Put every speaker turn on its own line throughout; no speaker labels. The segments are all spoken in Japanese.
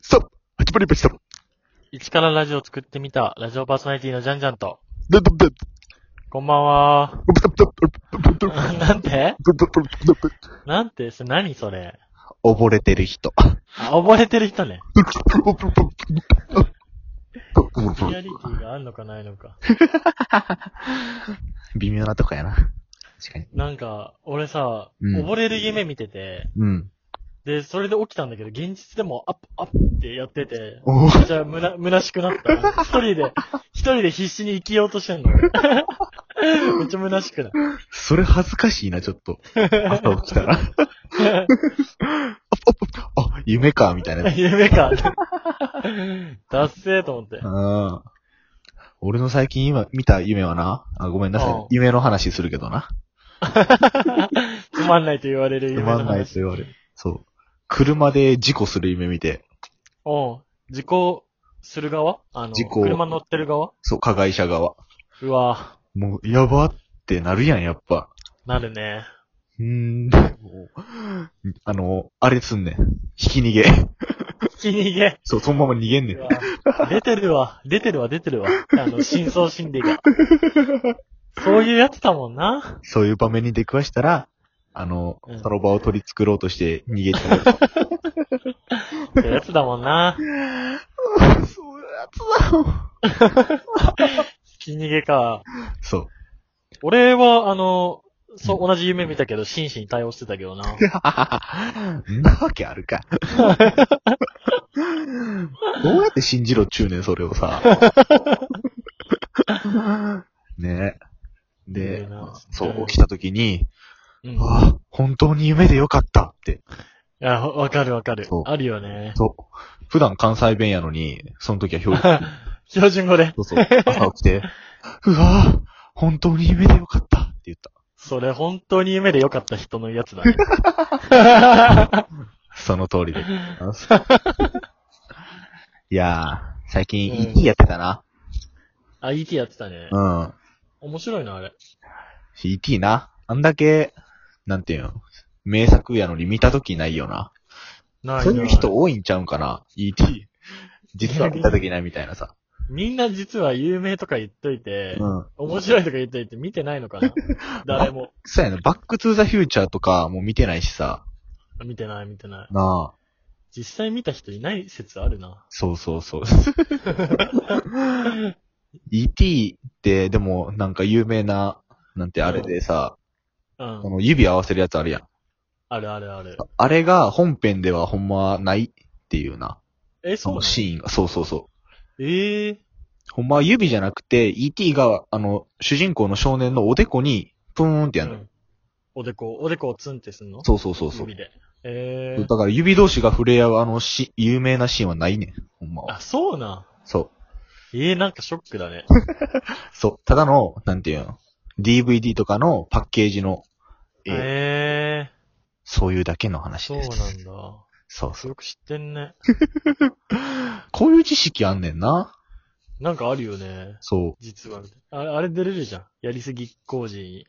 さあ、始まりました。
一からラジオを作ってみた、ラジオパーソナリティのジャンジャンと、
なんだなんだ
こんばんは なんてなんてそれ何それ
溺れてる人。
あ、溺れてる人ね。リアリティがあんのかないのか。
微妙なとこやな。確かに。
なんか、俺さ、
うん
溺れる夢見てて、
うん。
で、それで起きたんだけど、現実でもアップ、アップってやってて、
お
めっちゃむな、虚しくなった。一人で、一人で必死に生きようと してんの。めっちゃ虚しくなる。
それ恥ずかしいな、ちょっと。朝起き たら。あ、夢か、みたいな。
夢か。 達成と思って。
うん。俺の最近今見た夢はな、あ、ごめんなさ
う
い。
ん
夢の話するけどな。
つまんないと言われる
つ
夢
ま
の
んないと
話。
言われる。そう。車で事故する夢見て、
おう事故する側あの、
事故
車乗ってる側
そう、加害者側。
うわ
もう、やばってなるやん、やっぱ。
なるね。
うーん。もう あの、あれすんねん。ひき逃げ。
ひき逃げ。
そう、そのまま逃げんねん
う。わ出てるわ、出てるわ、出てるわ。あの、真相心理が。そういうやつだもんな。
そういう場面に出くわしたら、あの
うん、
その場を取り繕ろうとして逃 げちゃう。
そういうやつだもんな。
そういうやつだよ。
ひき逃げか。
そう。
俺は、あの、そう、同じ夢見たけど、真摯に対応してたけどな。
んなわけあ るか。どうやって信じろっちゅうねん、それを さ。ねえ。
いい
で
な、
そう、起きた時に、
うん。い
ああ、本当に夢でよかったって。
や、わわかるわかる
そう。
あるよね。
そう。普段関西弁やのに、その時は標準
標準語で。
そうそう。朝起きて、うわぁ、本当に夢でよかったって言った。
それ本当に夢で良かった人のやつだね。
その通り で。いやー、最近 ET やってたな。
あ、ET やってたね
う。ん。
面白いな、あれ。
ET な。あんだけ、なんていうの、名作やのに見た時ないよな。
なな
そういう人多いんちゃうんかな ?ET。実は見た時ないみたいなさ。
みんな実は有名とか言っといて、
うん。
面白いとか言っといて見てないのか な誰も。
そうやな、バックトゥーザフューチャーとかも見てないしさ。
見てない、見てない。
なあ。
実際見た人いない説あるな。
そうそうそう。ET って、でも、なんか有名な、なんてあれでさ、
う
こ
ん。
の指合わせるやつあるやん。
あるあるある。
あれが本編ではほんまないっていうな。
え、
そ
そうな
の
の
シーンが。そうそうそう。
ええ
ほんまは指じゃなくて、ET が、あの、主人公の少年のおでこに、プーンってや
う
るの、
ん。おでこ、おでこをツンってすんの
そうそうそうそう。
指で。ええ
だから指同士が触れ合うあのし、有名なシーンはないねん。ほんまは。
あ、そうなん。
そう。
ええなんかショックだね。
そう。ただの、なんていうの。DVD とかのパッケージの、えー
ええ
そういうだけの話
そう
です。
なんだ。
そうそう。
よく知ってんね。
こういう知識あんねんな。
なんかあるよね。
そ
実は。あれ、あれ出れるじゃん。やりすぎ工事に。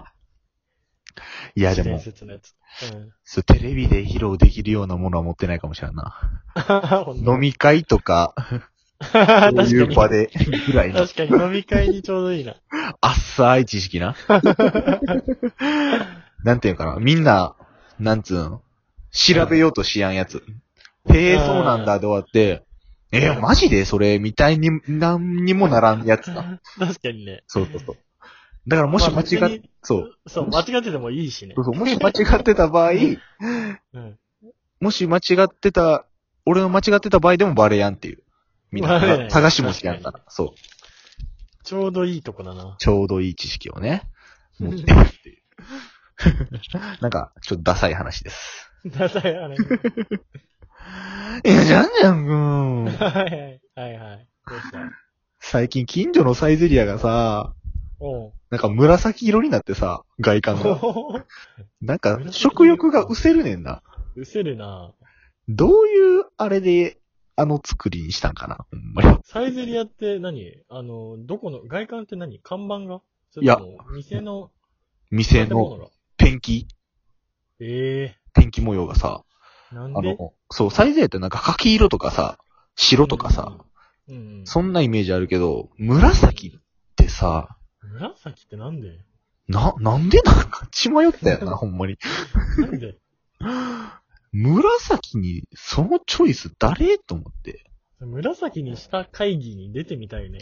う。いや、で
伝
も、
説のやつ。うん。
そうテレビで披露できるようなものは持ってないかもしれんな。
ほんと
飲み会とか、
確
そ
か
ういう
に。
場で、 ぐらいの、
確かに飲み会にちょう どいいな。
浅い知識 な。なんていうかな。みんな、なんつうの。調べようとしやんやつ。へえ、そうなんだ、で終わって、えー、マジでそれ、みたいに、なんにもならんやつだ。
確かにね。
そうそうそう。だからもし間
まあ
違
別
っ
に、
そう。
そう、間違っててもいいしね
そう。そう。もし間違ってた場合、
うん。
もし間違ってた、俺の間違ってた場合でもバレやんっていう。みん
バレな
な、
い
探しもしやんから。そう。
ちょうどいいとこだな。
ちょうどいい知識をね、持ってるっていう。 なんか、ちょっとダサい話です。
ダサい、あれ。
いや、じゃんじゃんくん。
はいはい。はいはい。どうした
最近近所のサイゼリアがさ、
おう
なんか紫色になってさ、外観が。
おう。
なんか、食欲が失せるねんな。
うせるな
どういう、あれで、あの作りにしたんかなほんまに。
サイゼリアって何あの、どこの、外観って何看板が
いや。
それとも店の、
店
建
の
物が。
ペンキ、
ええ
ペンキ模様がさ、
なん
あ
で
の、そう、サイゼってなんか柿色とかさ、白とかさ、、
うんうん。
そんなイメージあるけど、紫ってさ、
紫ってなんで
な、なんでなんか血迷った よな、ほんまに。
なんで
紫に、そのチョイス誰と思って。
紫にした会議に出てみたいね。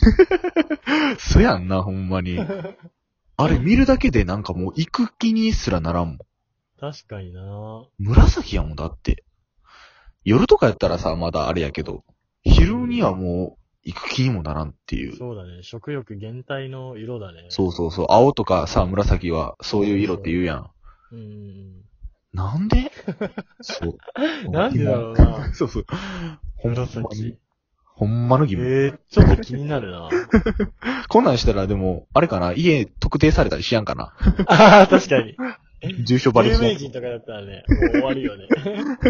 そやんな、ほんまに。 あれ見るだけでなんかもう行く気にすらならんもん。
確かにな
紫やもん、だって。夜とかやったらさ、まだあれやけど、昼にはもう行く気にもならんっていう。
そうだね。食欲減退の色だね。
そうそうそう。青とかさ、紫はそういう色って言うやん。
う。うん。
なんでそう。
なんでだろうな
今そうそう。ほんまに
紫。。
ほんまの
え
疑問。
ー、ちょっと気になるな
こんなんしたらでも、あれかな家特定されたりしやんかな
ああ、確かに。
住所バレ
有
しな
名
い
人とかだったらね、もう終わるよね。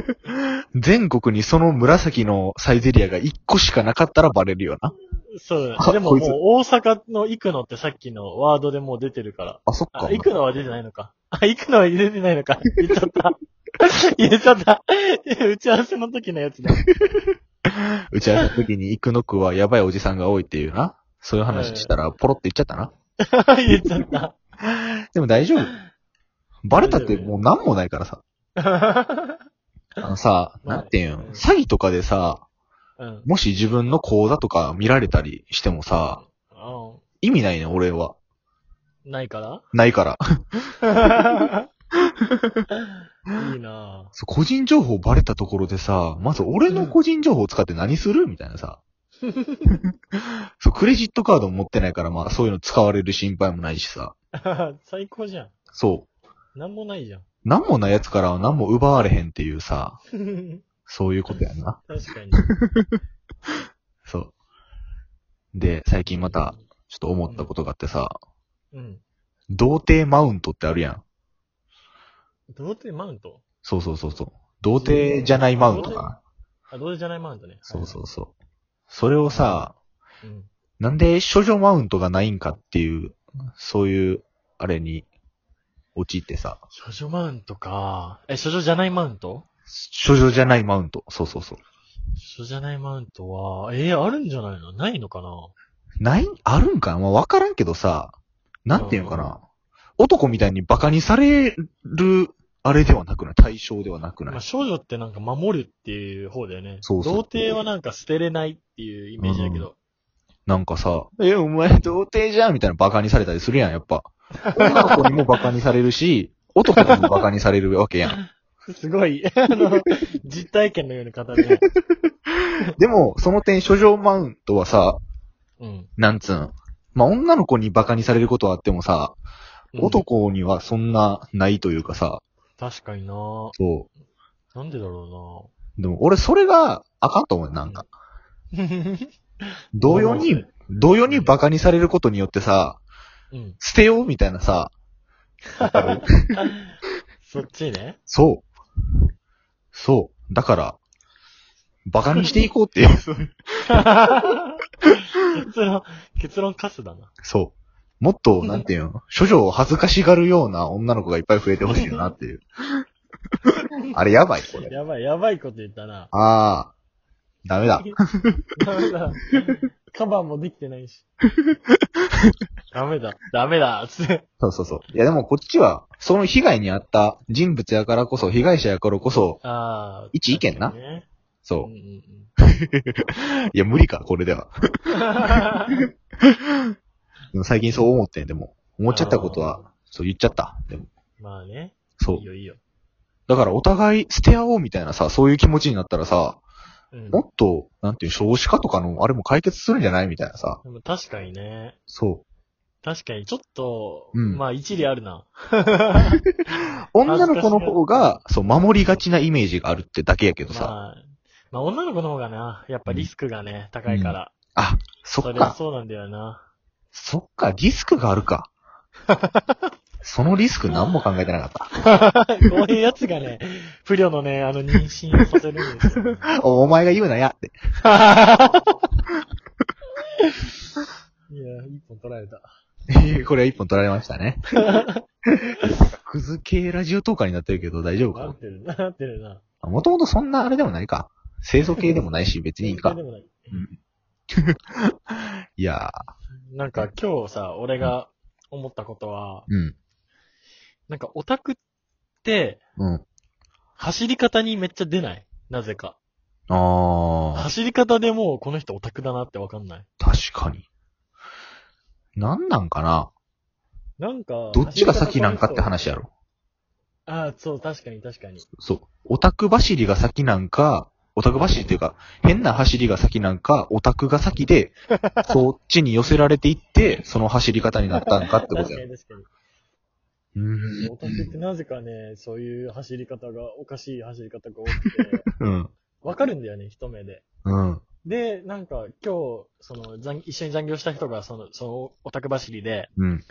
全国にその紫のサイゼリアが1個しかなかったらバレるよな。
そうだ
あ
ね。でも
こ
も
いつ
う大阪の行くのってさっきのワードでもう出てるから。
あ、そっか
あ、。行くのは出てないのか。あ、行くのは出てないのか。言っちゃった。 言っちゃった。 打ち合わせの時のやつだ。
打ち合わせの時に行くのくはやばいおじさんが多いっていうな。そういう話したらポロって言っちゃったな。
言っちゃ った。
でも大丈夫。バレたってもう何もないからさ。あのさ、
まあ
なんていうん
うん、
詐欺とかでさ、
うん。
もし自分の口座とか見られたりしてもさ、
あ
意味ないね、俺は。
ないから
ないから。
いいな
そう個人情報バレたところでさ、まず俺の個人情報を使って何するみたいなさ。 そう、クレジットカード持ってないから、まあそういうの使われる心配もないしさ。
ぁ 最高じゃん。
そ
なんもないじゃん。
う。何もないやつからは何も奪われへんっていうさ、そういうことやんな。
確かに。
そう。で、最近また、ちょっと思ったことがあってさ、
うん。
童貞マウントってあるやん。
童貞マウント
そうそうそうそう。童貞じゃないマウントかな。
あ、童貞じゃないマウントね。
そうそうそう。それをさ、
う。うん。
なんで処女マウントがないんかっていう、そういう、あれに、陥ってさ、
処女マウントかえ、処女じゃないマウント
処女じゃないマウント。そうそうそう。
処女じゃないマウントは、えー、あるんじゃないのないのかな
ない、あるんかなまあ、わからんけどさ、なんていうのかな。男みたいにバカにされる、あれではなくない対象ではなくない、
まあ、少女ってなんか守るっていう方だよね。
そうそう
童貞はなんか捨てれないっていうイメージだけど。
なんかさ、え、お前童貞じゃんみたいなバカにされたりするやん、やっぱ。女の子にもバカにされるし、男にもバカにされるわけやん。
すごい、 あの、実体験のように語るね。
でも、その点、処女マウントはさ、
うん。
なんつうん。まあ、女の子にバカにされることはあってもさ、男にはそんなないというかさ、
確かにな
そ
なんでだろ
う。でも、俺、それがあかんと思うよなんか。
うな
同様に、同様にバカにされることによってさ、
うん。
捨てようみたいなさ、
そっちね。
そう。そう。だから、バカにしていこうって いう。
結論、結論カスだな。
そう。もっと、なんていうの、処女を恥ずかしがるような女の子がいっぱい増えてほしいよなって いう。あれ、やばい、これ。
やばい、やばいこと言ったな。
ああ、ダメだ。
ダメだ。カバーもできてないし。ダメだ。ダメだ。つって
そうそうそう。いやでもこっちは、その被害に遭った人物やからこそ、被害者やからこそ、
ああ。
一意見な
確かにねうん
そうう。
んうん。
いや無理か、これでは。でも最近そう思ってん、でも。思っちゃったことは、そう言っちゃった。でも
まあね。
そ
いうい。よいいよ。
だからお互い捨て合おうみたいなさ、そういう気持ちになったらさ、
うん。
もっと、なんていう、少子化とかの、あれも解決するんじゃないみたいなさ。
でも確かにね。
そう。
確かに、ちょっと、
うん
まあ一理あるな。
女の子の方が、そう、守りがちなイメージがあるってだけやけどさ。
まあ、まあ女の子の方がな、やっぱリスクがね、高いから。
あ、そ
そ
っ
りゃ
か。
そうなんだよな。
そっか、リスクがあるか。そのリスク何も考えてなかった。
こういうやつがね、不慮のね、あの妊娠をさせるん ですよ、ね。
おお前が言うなや って。
いや、一本取られた。
これは一本取られましたね。くず系ラジオトーカーになってるけど大丈夫
な
か
ってるな、なってるな。
もともとそんなあれでもないか。清楚系でもないし、別にいいか
で。もない
いや
なんか今日さ、俺が思ったことは、
ー、うん、
なんかオタクって、
うん。
走り方にめっちゃ出ないなぜか。
あー、
走り方でもうこの人オタクだなってわかんない。
確かに。なんなんかな
なんか、
どっちが先なんかって話やろ。
ああ、そう、確かに確かに。
そう。オタク走りが先なんか、オタク走りっていうか、変な走りが先なんか、オタクが先 で、そっちに寄せられていって、その走り方になったんかって
確か
こと
に
やろ。
確かに。
う
オタクってなぜかね、そういう走り方が、おかしい走り方が多くて、
ん。
わかるんだよね、一目で。
うん。うん。
で、なんか、今日、その、残一緒に残業した人が、その、その、オタク走りで、
うん。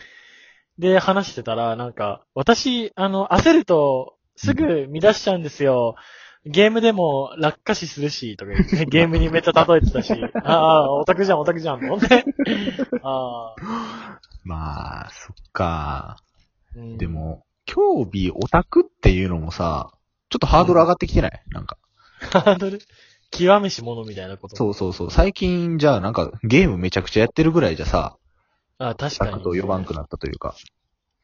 で、話してたら、なんか、私、あの、焦ると、すぐ乱しちゃうんですよ。ゲームでも落下死するし、とか言 って、ゲームにめっちゃ例えてたし、ああ、オタクじゃん、オタクじゃん、と 思って。ああ、
まあ、そっか。
うん
で、も、競技オタクっていうのもさ、ちょっとハードル上がってきてない、なんか。
ハードル、極めし者みたいなこと。
そうそうそう。最近じゃあなんかゲームめちゃくちゃやってるぐらいじゃさ、
ああ、確
オ
か
タ
に。
クと呼ばんくなったというか。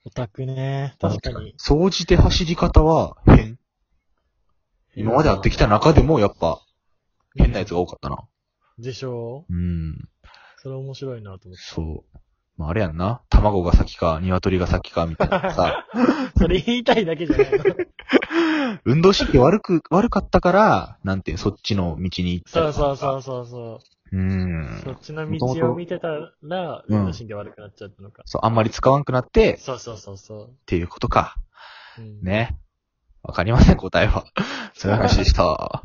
オタクね。確かに。
総じて走り方は変。今までやってきた中でもやっぱ変なやつが多かったな。
でしょ
うん。
うそれ面白いなと思って。
そう。まああれやんな。卵が先か、鶏が先か、みたいなさ。
それ言いたいだけじゃないの。
運動神経悪く、悪かったから、なんて、そっちの道に行ったりとか
そうそうそうそうそう。
う
そ
ん。
っちの道を見てたら、
うん
運動神経悪くなっちゃったのか。
そう、あんまり使わんくなって、
そうそうそうそ
っていうことか。
う。うん
ね。わかりません、答えは。そういう話でした。